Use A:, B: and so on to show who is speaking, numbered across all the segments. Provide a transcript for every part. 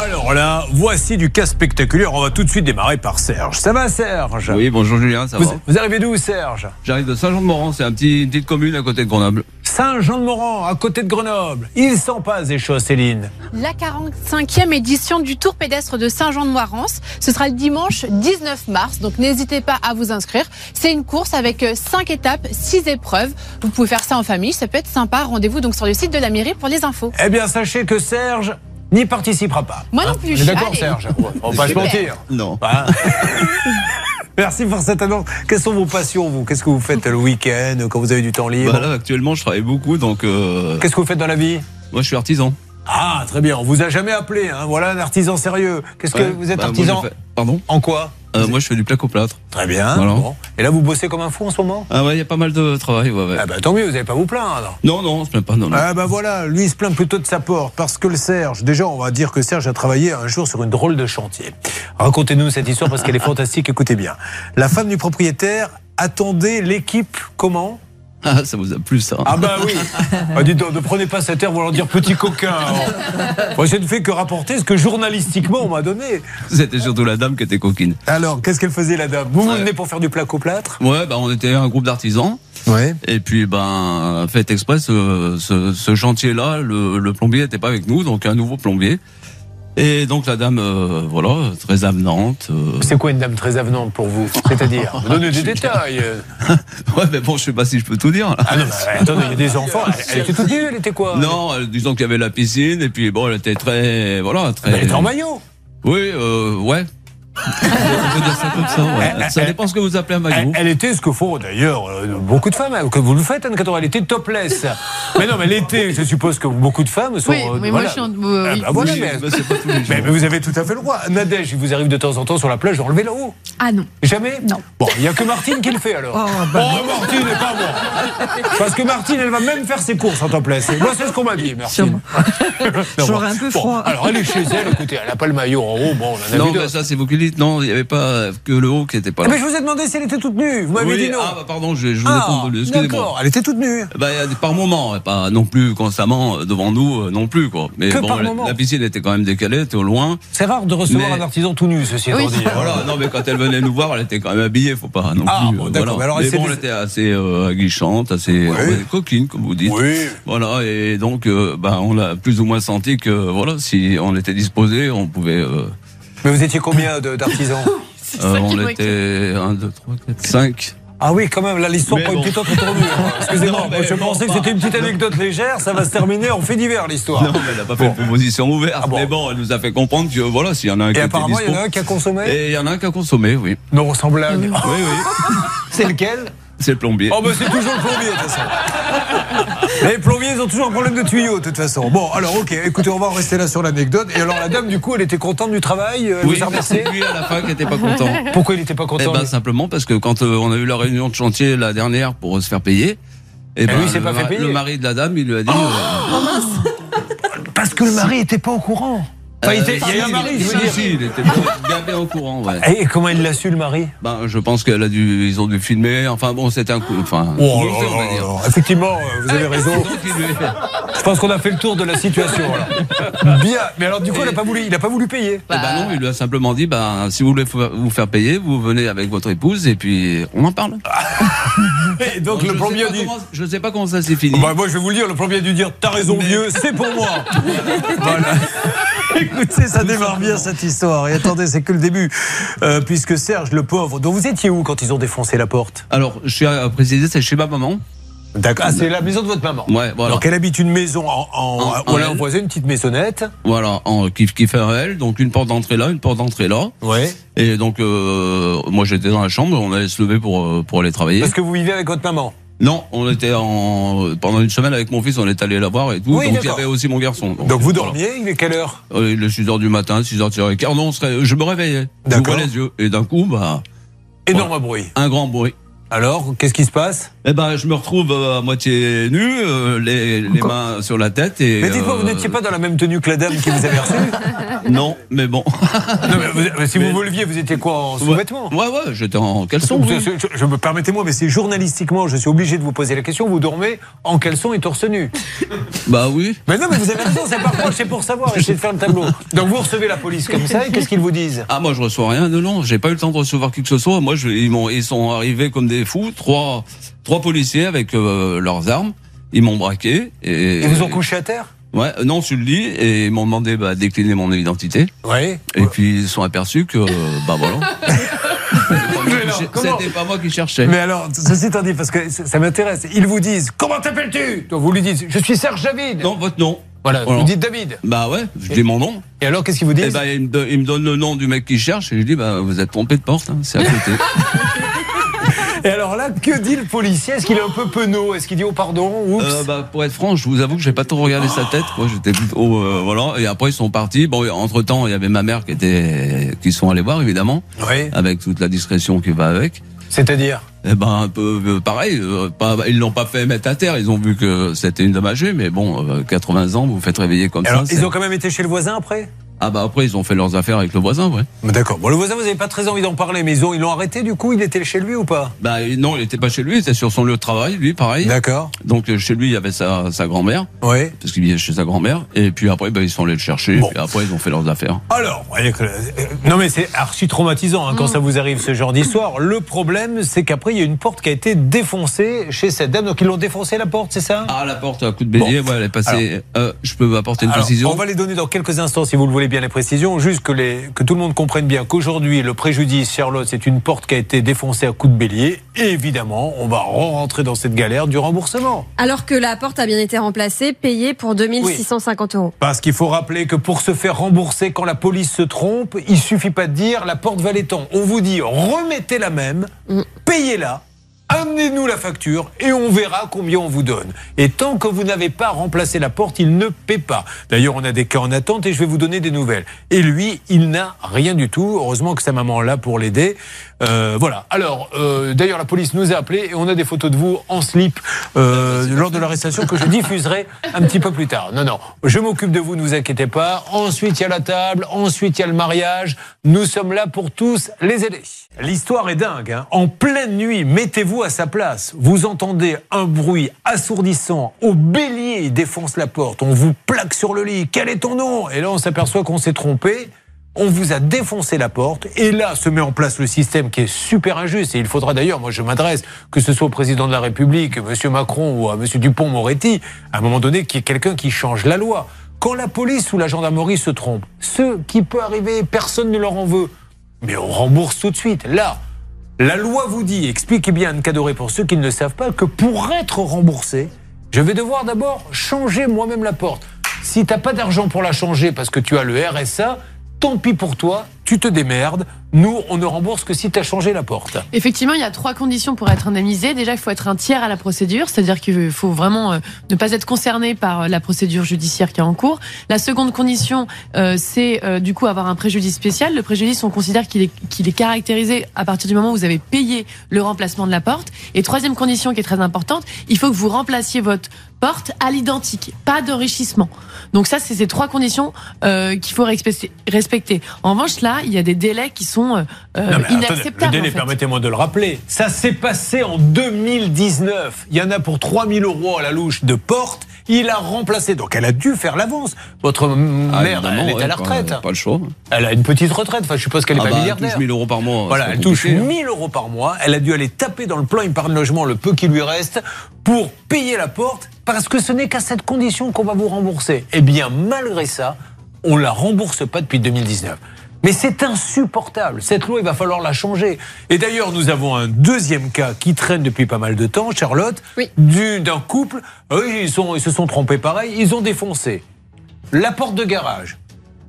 A: Alors là, voici du cas spectaculaire. On va tout de suite démarrer par Serge. Ça va, Serge
B: Oui, bonjour Julien, ça
A: vous,
B: va
A: vous arrivez d'où, Serge
B: J'arrive de Saint-Jean-de-Moran, c'est un petit, une petite commune à côté de Grenoble.
A: Saint-Jean-de-Moran, à côté de Grenoble. Il s'en passe des choses, Céline.
C: La 45e édition du Tour pédestre de Saint-Jean-de-Moirance. Ce sera le dimanche 19 mars, donc n'hésitez pas à vous inscrire. C'est une course avec 5 étapes, 6 épreuves. Vous pouvez faire ça en famille, ça peut être sympa. Rendez-vous donc sur le site de la mairie pour les infos.
A: Eh bien, sachez que Serge n'y participera pas.
C: Moi non
A: Hein
C: plus,
A: On est D'accord,
C: allez.
A: Serge Ouais, On va pas se
C: Super.
A: mentir.
B: Non.
A: Hein Merci pour cette annonce. Quelles sont vos passions, vous Qu'est-ce que vous faites le week-end, quand vous avez du temps libre
B: Bah là, actuellement, je travaille beaucoup, donc euh,
A: Qu'est-ce que vous faites dans la vie
B: moi je suis artisan.
A: Ah, très bien. On vous a jamais appelé. hein. Voilà un artisan sérieux. Qu'est-ce
B: Ouais,
A: que vous êtes
B: bah, moi, je
A: artisan
B: fais- Pardon
A: En quoi
B: Euh, Moi je fais du plaque au plâtre.
A: Très bien.
B: Voilà.
A: bon. Et là, vous bossez comme un fou en ce moment
B: Ah ouais, il y a pas mal de travail, ouais, ouais.
A: Ah bah tant mieux, vous n'allez pas vous plaindre.
B: Non, non, on se plaint pas, non, non.
A: Ah bah voilà, lui il se plaint plutôt de sa porte parce que le Serge, déjà on va dire que Serge a travaillé un jour sur une drôle de chantier. Racontez-nous cette histoire parce qu'elle est fantastique, écoutez bien. La femme du propriétaire attendait l'équipe comment
B: Ah, ça vous a plu ça
A: Ah bah oui ah, Dites donc, ne prenez pas cet air, vous leur dire petit coquin. hein. Moi je ne fais que rapporter ce que journalistiquement on m'a donné.
B: C'était surtout la dame qui était coquine.
A: Alors, qu'est-ce qu'elle faisait la dame Vous vous
B: Ouais.
A: venez pour faire du placo plâtre
B: Ouais, bah on était un groupe d'artisans,
A: Ouais.
B: et puis ben, fait exprès, ce, ce- ce chantier-là, le, le plombier n'était pas avec nous, donc un nouveau plombier. Et donc la dame, euh, voilà, très avenante. euh,
A: C'est quoi une dame très avenante pour vous C'est-à-dire Vous donnez des détails. euh.
B: Ouais, mais bon, je sais pas si je peux tout dire. là.
A: Ah non, bah, attendez, il y a des enfants. Elle, elle était toute nue, elle était quoi
B: Non, euh, disons qu'il y avait la piscine et puis bon, elle était très, voilà, très.
A: Elle était en maillot.
B: Oui, euh, ouais. On peut dire ça comme ça.
A: Eh,
B: ouais. Ça dépend ce que vous appelez un
A: Elle,
B: maillot.
A: elle était ce que font d'ailleurs euh, beaucoup de femmes, hein, que vous le faites, Anne Caton, elle était topless. mais non, mais elle était, je suppose que beaucoup de femmes sont.
C: Oui,
A: euh,
C: mais moi
A: voilà.
C: je suis en... euh,
A: Ah
C: oui.
A: bah voilà,
B: Oui,
A: mais,
B: mais c'est pas tous les jours.
A: mais- mais vous avez tout à fait le droit. Nadège, il vous arrive de temps en temps sur la plage d'enlever le haut.
D: Ah non.
A: Jamais
D: Non. bah
A: Bon, il n'y a que Martine qui le fait alors. Oh, Martine, et pas moi. Parce que Martine, elle va même faire ses courses en temps place. Moi, c'est ce qu'on m'a dit, Martine.
D: Sûrement.
A: Non,
D: J'aurais un peu
A: Bon,
D: froid.
A: alors, elle est chez elle, écoutez, elle n'a pas le maillot en haut, bon, on en a
B: Non,
A: vu deux.
B: mais ça, c'est vous qui le dites. Non, il n'y avait pas que le haut qui était pas
A: Ah,
B: là.
A: Mais je vous ai demandé si elle était toute nue. Vous m'avez
B: Oui,
A: dit non.
B: Ah, bah, pardon, je, je vous ai
A: Ah,
B: confondu. Excusez-moi.
A: d'accord, elle était toute nue.
B: Bah, il y a des- par moment, et pas non plus constamment euh, devant nous, euh, non plus quoi. Mais
A: Que
B: bon,
A: par
B: la,
A: moment.
B: la piscine était quand même décalée, était au loin.
A: C'est rare de recevoir
B: Mais-
A: un artisan tout nu, ceci
C: Oui.
A: étant dit. hein.
B: Voilà, non mais quand elle venait nous voir, elle était quand même habillée, faut pas non
A: Ah,
B: plus.
A: bon,
B: euh,
A: d'accord, mais
B: voilà.
A: alors,
B: mais
A: c'est
B: bon,
A: des-
B: elle était assez euh, aguichante, assez euh, coquine comme vous dites.
A: Oui.
B: Voilà, et donc euh, bah, on l'a plus ou moins senti que voilà, si on était disposé, on pouvait. euh,
A: Mais vous étiez combien de- d'artisans
C: C'est
B: euh,
C: ça qui
B: on
C: me-
B: était 1, 2, 3, 4, 5.
A: Ah oui, quand même, là, l'histoire
B: Mais
A: prend une
B: bon.
A: petite autre tournure. hein. Excusez-moi,
B: Non, mais
A: moi, je
B: bon,
A: pensais que
B: pas-
A: c'était une petite anecdote légère, ça va se terminer, on fait divers l'histoire.
B: Non, mais elle n'a pas fait de proposition ouverte.
A: Ah bon.
B: Mais bon, elle nous a fait comprendre que voilà, s'il y en a un qui
A: Et
B: était
A: apparemment, il y en a
B: dispo-
A: un qui a consommé.
B: Et il y en a un qui a consommé, oui.
A: Non, sans blague.
B: Oui, oui.
A: C'est lequel
B: C'est le plombier.
A: Oh, bah, c'est toujours le plombier, de toute façon. Les plombiers, ils ont toujours un problème de tuyaux, de toute façon. Bon, alors, ok, écoutez, on va en rester là sur l'anecdote. Et alors, la dame, du coup, elle était contente du travail euh, Elle
B: oui,
A: vous a
B: mais
A: remercié
B: c'est lui à la fin qui n'était pas content.
A: Pourquoi il n'était pas
B: Eh
A: content
B: ben simplement parce que quand euh, on a eu la réunion de chantier la dernière pour euh, se faire payer, eh ben,
A: lui, il s'est
B: le,
A: pas fait
B: mari-
A: payer. Oh
B: le mari de la dame, il lui a dit. euh,
A: Parce que le mari n'était pas au courant. Enfin, il était- il y a eu un
B: si,
A: mari, je
B: si,
A: veux dire.
B: si, euh, il était bien, bien, bien au courant. Ouais.
A: Et comment il l'a su, le mari
B: Ben, je pense qu'elle a dû, ils ont dû filmer. Enfin bon, c'était un coup. Enfin,
A: Oh
B: volonté,
A: là
B: on va
A: là
B: dire.
A: là là. Effectivement, euh, vous avez raison.
B: Donc, il lui-
A: Je pense qu'on a fait le tour de la situation. alors. Bien. Mais alors, du coup, il n'a pas voulu, il a pas voulu payer.
B: Eh ben non, il lui a simplement dit, ben, si vous voulez fa- vous faire payer, vous venez avec votre épouse et puis on en parle.
A: Et Ah, donc,
B: je
A: le plombier
B: sais
A: a
B: pas
A: dit.
B: comment- Je sais pas comment ça s'est fini.
A: Bah, moi, je vais vous le dire, le plombier a dû dire T'as raison, vieux, c'est pour moi. Voilà. Écoutez, ça démarre bien cette histoire. Et attendez, c'est que le début. Euh, puisque Serge, le pauvre, dont vous étiez où quand ils ont défoncé la porte
B: Alors, je suis à préciser, c'est chez ma maman.
A: D'accord. Ah, c'est la maison de votre maman.
B: Ouais, voilà.
A: Donc, elle habite une maison en. en,
B: En- en
A: voilà,
B: L.
A: voisin, une petite maisonnette.
B: Voilà, en kiff kiff elle. Donc une porte d'entrée là, une porte d'entrée là.
A: Ouais.
B: Et donc euh, moi j'étais dans la chambre, on allait se lever pour euh, pour aller travailler.
A: Parce que vous vivez avec votre maman.
B: Non, on était en pendant une semaine avec mon fils, on est allé la voir et tout.
A: Oui,
B: donc il y
A: d'accord.
B: avait aussi mon garçon.
A: Donc, vous dormiez, il est quelle heure
B: voilà. Euh, Il est 6h du matin, 6h15. Non, on serait- je me réveillais.
A: D'accord.
B: J'ouvrais les yeux et d'un coup bah
A: Énorme bruit.
B: un grand bruit.
A: Alors, qu'est-ce qui se passe
B: Eh ben, je me retrouve euh, à moitié nu, euh, les, les mains sur la tête et.
A: Mais dites-moi, vous
B: euh,
A: n'étiez pas dans la même tenue que la dame qui vous avait reçu
B: Non, mais bon.
A: Non, mais vous- Si
B: Mais-
A: vous vous leviez, vous étiez quoi en sous-vêtements
B: Ouais, ouais, j'étais en caleçon.
A: Je,
B: oui.
A: je- je- je- permettez-moi, mais c'est journalistiquement, je suis obligé de vous poser la question. Vous dormez en caleçon et torse nu.
B: Bah oui.
A: Mais non, mais vous avez raison, c'est parfois, c'est pour savoir, essayez de faire le tableau. Donc vous recevez la police comme ça, et qu'est-ce qu'ils vous disent
B: Ah moi je reçois rien, non non, j'ai pas eu le temps de recevoir qui que ce soit. Moi je, ils, m'ont- ils sont arrivés comme des fous, trois trois policiers avec euh, leurs armes. Ils m'ont braqué et
A: Ils vous ont couché à terre
B: Ouais, euh, non sur le lit et ils m'ont demandé bah, de décliner mon identité.
A: Oui.
B: Et puis ils se sont aperçus que euh, bah voilà.
A: Mais alors,
B: C'était
A: comment
B: pas moi qui cherchais.
A: Mais alors, ceci étant dit, parce que ça ça m'intéresse, ils vous disent Comment t'appelles-tu Donc vous lui dites Je suis Serge David.
B: Non votre nom.
A: Voilà,
B: Voilà.
A: vous dites David.
B: Bah ouais, je dis mon nom.
A: Et alors, qu'est-ce qu'ils vous
B: Et
A: disent
B: bah ils me, don- ils me donnent le nom du mec qui cherche et je dis bah vous êtes trompé de porte, hein, c'est à côté.
A: Et alors là, que dit le policier Est-ce qu'il est un peu penaud Est-ce qu'il dit Oh, pardon Oups
B: Euh, bah, pour être franc, je vous avoue que j'ai pas trop regardé sa tête. Quoi, j'étais plutôt euh, voilà. Et après ils sont partis. Bon, entre temps, il y avait ma mère qui était, qui sont allés voir évidemment,
A: Oui.
B: avec toute la discrétion qui va avec.
A: C'est-à-dire
B: Et ben un peu euh, pareil. euh, pas, ils l'ont pas fait mettre à terre. Ils ont vu que c'était une endommagée, mais bon, euh, 80 ans, vous vous faites réveiller comme
A: Alors,
B: ça.
A: ils
B: c'est-
A: ont quand même été chez le voisin après
B: Ah bah après ils ont fait leurs affaires avec le voisin, ouais.
A: Mais D'accord. Bon, le voisin, vous n'avez pas très envie d'en parler, mais ils ont- ils l'ont arrêté du coup Il était chez lui ou pas
B: Bah il- non, il était pas chez lui, il était sur son lieu de travail, lui pareil.
A: D'accord.
B: Donc euh, chez lui il y avait sa, sa grand-mère,
A: Oui.
B: parce qu'il vivait chez sa grand-mère. Et puis après, bah, ils sont allés le chercher.
A: Bon.
B: Et puis après ils ont fait leurs affaires.
A: Alors, vous voyez que- euh, non mais c'est archi traumatisant hein, quand ça vous arrive ce genre d'histoire. Le problème, c'est qu'après, il y a une porte qui a été défoncée chez cette dame. Donc ils l'ont défoncée la porte, c'est ça
B: Ah, la porte à coup de bélier, ouais, elle est passée. Euh, je peux apporter une
A: Alors,
B: précision
A: on va les donner dans quelques instants si vous le voulez bien les précisions, juste que, les, que tout le monde comprenne bien qu'aujourd'hui le préjudice Charlotte c'est une porte qui a été défoncée à coups de bélier et évidemment on va rentrer dans cette galère du remboursement.
D: Alors que la porte a bien été remplacée, payée pour 2650 euros.
A: Parce qu'il faut rappeler que pour se faire rembourser quand la police se trompe, il suffit pas de dire la porte valait tant. On vous dit remettez la même, payez-la, amenez-nous la facture et on verra combien on vous donne. Et tant que vous n'avez pas remplacé la porte, il ne paie pas. D'ailleurs, on a des cas en attente et je vais vous donner des nouvelles. Et lui, il n'a rien du tout. Heureusement que sa maman est là pour l'aider. Euh, voilà. Alors, euh, d'ailleurs, la police nous a appelés et on a des photos de vous en slip euh, lors de l'arrestation que je diffuserai un petit peu plus tard. Non, non, je m'occupe de vous, ne vous inquiétez pas. Ensuite, il y a la table, ensuite, il y a le mariage. Nous sommes là pour tous les aider. L'histoire est dingue. hein. En pleine nuit, mettez-vous à sa place. Vous entendez un bruit assourdissant. Au bélier, il défonce la porte. On vous plaque sur le lit. Quel est ton nom Et là, on s'aperçoit qu'on s'est trompé. On vous a défoncé la porte et là se met en place le système qui est super injuste et il faudra d'ailleurs, moi je m'adresse, que ce soit au président de la République, M. Macron ou à M. Dupont-Moretti, à un moment donné qu'il y ait quelqu'un qui change la loi. Quand la police ou la gendarmerie se trompe, ce qui peut arriver, personne ne leur en veut. Mais on rembourse tout de suite. Là, la loi vous dit, expliquez bien Anne Cadoré pour ceux qui ne le savent pas, que pour être remboursé, je vais devoir d'abord changer moi-même la porte. Si t'as pas d'argent pour la changer parce que tu as le RSA, tant pis pour toi, tu te démerdes. Nous, on ne rembourse que si t'as changé la porte.
C: Effectivement, il y a trois conditions pour être indemnisé. Déjà, il faut être un tiers à la procédure, c'est-à-dire qu'il faut vraiment euh, ne pas être concerné par euh, la procédure judiciaire qui est en cours. La seconde condition, euh, c'est euh, du coup avoir un préjudice spécial. Le préjudice, on considère qu'il est, qu'il est caractérisé à partir du moment où vous avez payé le remplacement de la porte. Et troisième condition qui est très importante, il faut que vous remplaciez votre porte à l'identique, pas d'enrichissement. Donc ça, c'est ces trois conditions euh, qu'il faut respecter- respecter. En revanche, là, il y a des délais qui sont euh, euh, inacceptables. en fait.
A: permettez-moi de le rappeler. Ça s'est passé en 2019. Il y en a pour 3000 euros à la louche de porte. Il a remplacé. Donc elle a dû faire l'avance. Votre
B: Ah,
A: mère,
B: évidemment,
A: elle est
B: ouais,
A: à la
B: pas-
A: retraite.
B: Pas, le choix.
A: Elle a une petite retraite. Enfin, je suppose qu'elle est
B: Ah
A: pas
B: bah, elle
A: milliardaire.
B: touche 1000 euros par mois.
A: Voilà,
B: c'est
A: elle touche
B: compliqué. hein.
A: 1000 euros par mois. Elle a dû aller taper dans le plan épargne logement le peu qui lui reste pour payer la porte parce que ce n'est qu'à cette condition qu'on va vous rembourser. Eh bien, malgré ça, on la rembourse pas depuis 2019. Mais c'est insupportable. Cette loi, il va falloir la changer. Et d'ailleurs, nous avons un deuxième cas qui traîne depuis pas mal de temps, Charlotte,
D: Oui.
A: du- d'un couple. Eux, ils, sont, ils se sont trompés pareil. Ils ont défoncé la porte de garage,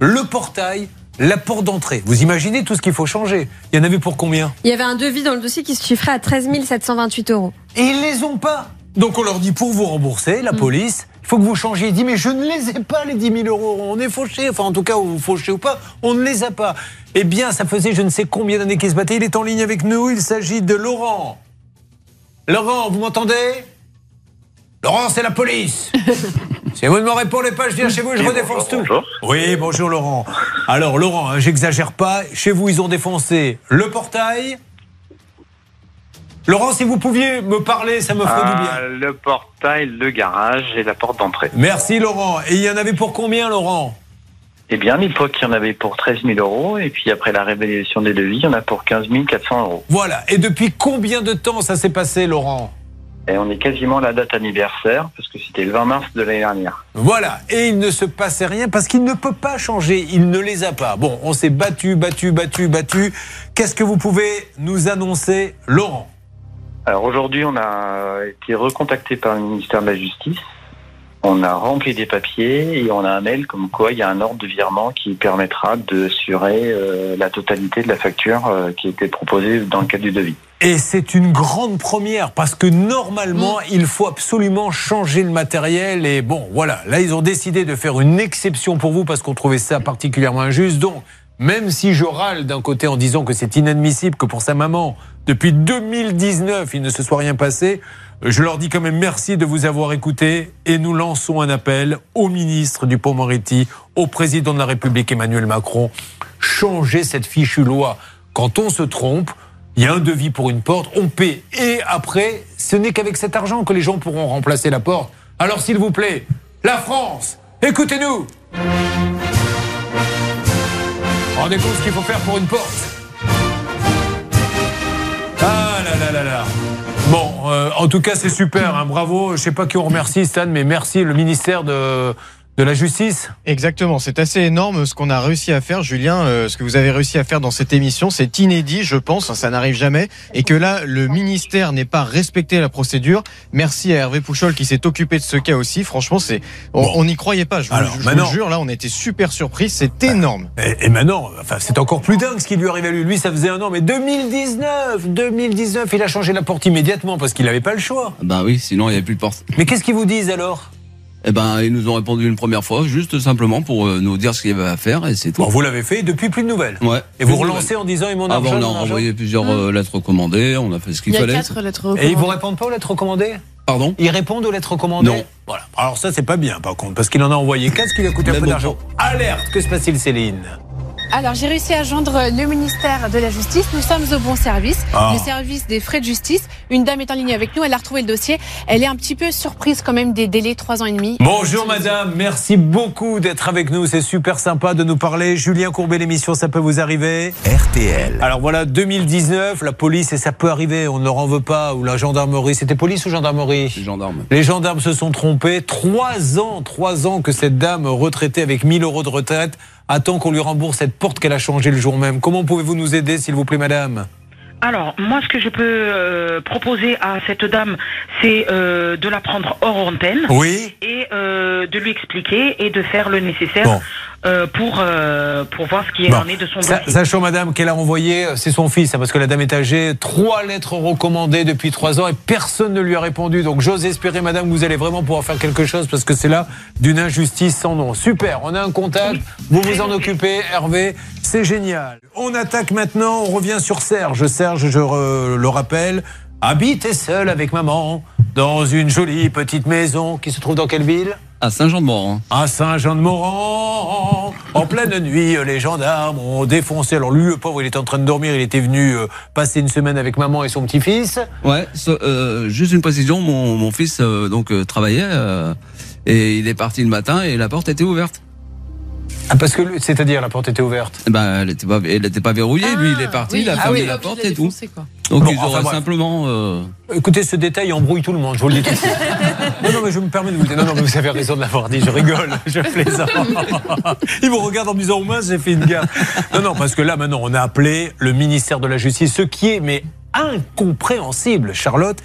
A: le portail, la porte d'entrée. Vous imaginez tout ce qu'il faut changer. Il y en avait pour combien
D: Il y avait un devis dans le dossier qui se chiffrait à 13 728 euros.
A: Et ils les ont pas. Donc on leur dit pour vous rembourser, la police, il faut que vous changiez. Il dit mais je ne les ai pas les 10 000 euros. On est fauchés. Enfin en tout cas, vous fauchez ou pas, on ne les a pas. Eh bien, ça faisait je ne sais combien d'années qu'ils se battaient. Il est en ligne avec nous. Il s'agit de Laurent. Laurent, vous m'entendez Laurent, c'est la police. si vous ne me répondez pas, je viens chez vous et je redéfonce tout.
E: Bonjour.
A: Oui, bonjour Laurent. Alors Laurent, hein, j'exagère pas, chez vous ils ont défoncé le portail. Laurent, si vous pouviez me parler, ça me ferait du bien.
E: Ah, le portail, le garage et la porte d'entrée.
A: Merci Laurent. Et il y en avait pour combien Laurent
E: Eh bien, à l'époque, il y en avait pour 13 000 euros. Et puis après la révélation des devis, il y en a pour 15 400 euros.
A: Voilà. Et depuis combien de temps ça s'est passé Laurent
E: Et on est quasiment à la date anniversaire, parce que c'était le 20 mars de l'année dernière.
A: Voilà, et il ne se passait rien parce qu'il ne peut pas changer, il ne les a pas. Bon, on s'est battu, battu, battu, battu. Qu'est-ce que vous pouvez nous annoncer, Laurent
E: Alors aujourd'hui, on a été recontacté par le ministère de la Justice. On a rempli des papiers et on a un mail comme quoi il y a un ordre de virement qui permettra de assurer euh, la totalité de la facture euh, qui était proposée dans le cadre du devis.
A: Et c'est une grande première parce que normalement, il faut absolument changer le matériel. Et bon, voilà, là, ils ont décidé de faire une exception pour vous parce qu'on trouvait ça particulièrement injuste. Donc, même si je râle d'un côté en disant que c'est inadmissible que pour sa maman, depuis 2019, il ne se soit rien passé, je leur dis quand même merci de vous avoir écouté et nous lançons un appel au ministre du Pont-Moretti, au président de la République Emmanuel Macron. Changez cette fichue loi. Quand on se trompe, il y a un devis pour une porte, on paie. Et après, ce n'est qu'avec cet argent que les gens pourront remplacer la porte. Alors s'il vous plaît, la France, écoutez-nous Rendez compte ce qu'il faut faire pour une porte. Ah là là là là. Bon, euh, en tout cas, c'est super. hein, bravo. Je sais pas qui on remercie, Stan, mais merci le ministère de, de la Justice.
F: Exactement, c'est assez énorme ce qu'on a réussi à faire, Julien. euh, ce que vous avez réussi à faire dans cette émission, c'est inédit, je pense. hein, Ça n'arrive jamais. Et que là, le ministère n'ait pas respecté la procédure. Merci à Hervé Pouchol qui s'est occupé de ce cas aussi. Franchement, c'est
A: Bon.
F: on on n'y croyait pas. Je vous,
A: Alors,
F: je vous
A: maintenant- Bah.
F: le jure, là, on était super surpris. C'est énorme.
A: Et, et maintenant, enfin, c'est encore plus dingue ce qui lui arrive à lui. Lui, ça faisait un an, mais 2019, 2019, il a changé la porte immédiatement parce qu'il n'avait pas le choix.
B: Bah oui, sinon il n'y avait plus de porte.
A: Mais qu'est-ce qu'ils vous disent alors
B: Eh ben, ils nous ont répondu une première fois, juste simplement pour euh, nous dire ce qu'il y avait à faire et c'est tout.
A: Bon, vous l'avez fait, depuis plus de nouvelles.
B: Ouais. Ah
A: Et vous relancez en disant, et mon
B: Avant,
A: argent,
B: on a
A: mon argent Mmh.
B: envoyé plusieurs euh, lettres recommandées, on a fait ce
C: Il
B: qu'il
C: y a
B: fallait.
C: quatre lettres
A: Et ils vous
C: recommandées.
A: répondent pas aux lettres recommandées
B: Pardon
A: Ils répondent aux lettres recommandées
B: Non.
A: Voilà. Alors ça, c'est pas bien, par contre, parce qu'il en a envoyé 4, ce qui lui a coûté un
B: Même
A: peu
B: au
A: d'argent. Alerte Que se passe-t-il, Céline
C: Alors, j'ai réussi à joindre euh, le ministère de la Justice. Nous sommes au bon service,
A: Ah.
C: le service des frais de justice. Une dame est en ligne avec nous, elle a retrouvé le dossier. Elle est un petit peu surprise quand même des délais, trois ans et demi.
A: Bonjour madame, merci beaucoup d'être avec nous, c'est super sympa de nous parler. Julien Courbet, l'émission, ça peut vous arriver
G: RTL.
A: Alors voilà, 2019, la police, et ça peut arriver, on ne leur en veut pas, ou la gendarmerie, c'était police ou
B: Les
A: gendarmerie
B: gendarmes.
A: les gendarmes se sont trompés. Trois ans, trois ans que cette dame retraitée avec 1000 euros de retraite attend qu'on lui rembourse cette porte qu'elle a changée le jour même. Comment pouvez-vous nous aider, s'il vous plaît, madame
H: Alors, moi, ce que je peux euh, proposer à cette dame, c'est euh, de la prendre hors antenne
A: Oui.
H: et euh, de lui expliquer et de faire le nécessaire
A: Bon.
H: euh, pour, euh, pour voir ce qui
A: Bon.
H: en est de son
A: Sa-
H: dossier.
A: Sachant, madame, qu'elle a envoyé, euh, c'est son fils, hein, parce que la dame est âgée, trois lettres recommandées depuis trois ans et personne ne lui a répondu. Donc j'ose espérer, madame, que vous allez vraiment pouvoir faire quelque chose parce que c'est là d'une injustice sans nom. Super, on a un contact, vous vous en occupez, Hervé, c'est génial. On attaque maintenant, on revient sur Serge. Serge, je re- le rappelle, habite et seul avec maman dans une jolie petite maison qui se trouve dans quelle ville
B: À Saint-Jean-de-Mort. hein.
A: à Saint-Jean-de-Moran, en pleine nuit, les gendarmes ont défoncé. Alors lui, le pauvre, il était en train de dormir, il était venu euh, passer une semaine avec maman et son petit-fils.
B: Ouais, so- euh, juste une précision, mon, mon fils euh, donc euh, travaillait euh, et il est parti le matin et la porte était ouverte.
A: Ah, parce que, lui- c'est-à-dire, la porte était ouverte.
B: Eh Ben, elle n'était pas, elle était pas verrouillée, lui il est
C: Ah
B: parti, il a fermé la porte et tout. Donc
A: Bon,
B: ils
A: enfin,
B: auraient
A: bref.
B: simplement... euh,
A: Écoutez, ce détail embrouille tout le monde, je vous le dis tout de suite. Non, non, mais je me permets de vous le dire. Non, non, mais vous avez raison de l'avoir dit, je rigole, je plaisante. Ils me regardent en me disant, oh mince, j'ai fait une gaffe. Non, non, parce que là, maintenant, on a appelé le ministère de la Justice, ce qui est, mais incompréhensible, Charlotte.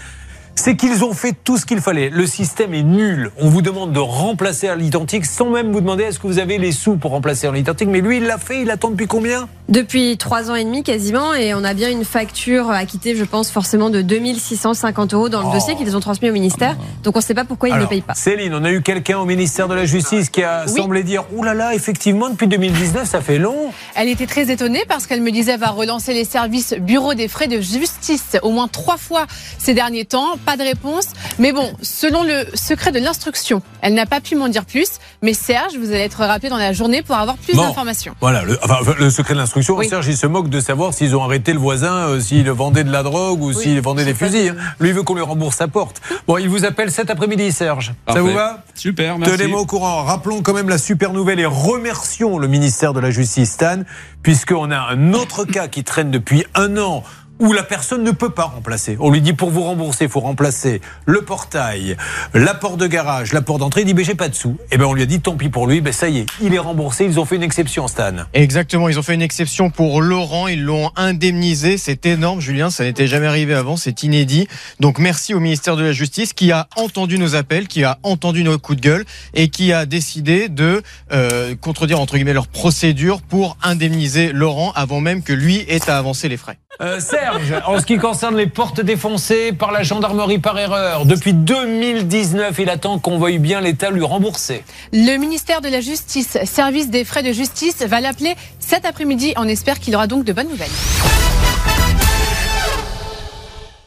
A: C'est qu'ils ont fait tout ce qu'il fallait. Le système est nul. On vous demande de remplacer à l'identique sans même vous demander est-ce que vous avez les sous pour remplacer à l'identique. Mais lui, il l'a fait. Il attend depuis combien
D: depuis trois ans et demi quasiment, et on a bien une facture à quitter, je pense, forcément de 2650 euros dans le
A: Oh.
D: dossier qu'ils ont transmis au ministère. Donc on ne sait pas pourquoi ils ne
A: Alors,
D: payent pas.
A: Céline, on a eu quelqu'un au ministère de la Justice qui a
D: Oui.
A: semblé dire Ouh là là, effectivement, depuis 2019, ça fait long.
C: Elle était très étonnée parce qu'elle me disait va relancer les services bureau des frais de justice au moins trois fois ces derniers temps. Pas de réponse. Mais bon, selon le secret de l'instruction, elle n'a pas pu m'en dire plus. Mais Serge, vous allez être rappelé dans la journée pour avoir plus
A: Bon.
C: d'informations.
A: Voilà, le, enfin, le secret de l'instruction,
C: Oui.
A: Serge, il se moque de savoir s'ils ont arrêté le voisin, euh, s'il vendait de la drogue ou s'il vendait des fusils. hein. Lui il veut qu'on lui rembourse sa porte. Bon, il vous appelle cet après-midi, Serge.
B: Parfait.
A: Ça vous va
B: Super, merci.
A: Tenez-moi au courant. Rappelons quand même la super nouvelle et remercions le ministère de la Justice, Stan, puisqu'on a un autre cas qui traîne depuis un an où la personne ne peut pas remplacer. On lui dit pour vous rembourser, il faut remplacer le portail, l'apport de garage, l'apport d'entrée. Il dit, mais j'ai pas de sous. Et ben on lui a dit, tant pis pour lui, ben ça y est, il est remboursé. Ils ont fait une exception, Stan.
F: Exactement, ils ont fait une exception pour Laurent, ils l'ont indemnisé, c'est énorme Julien, ça n'était jamais arrivé avant, c'est inédit. Donc merci au ministère de la Justice qui a entendu nos appels, qui a entendu nos coups de gueule et qui a décidé de euh, contredire entre guillemets leur procédure pour indemniser Laurent avant même que lui ait à avancer les frais.
A: Euh, Serge, en ce qui concerne les portes défoncées par la gendarmerie par erreur, depuis 2019, il attend qu'on veuille bien l'État lui rembourser.
C: Le ministère de la Justice, service des frais de justice, va l'appeler cet après-midi. On espère qu'il aura donc de bonnes nouvelles.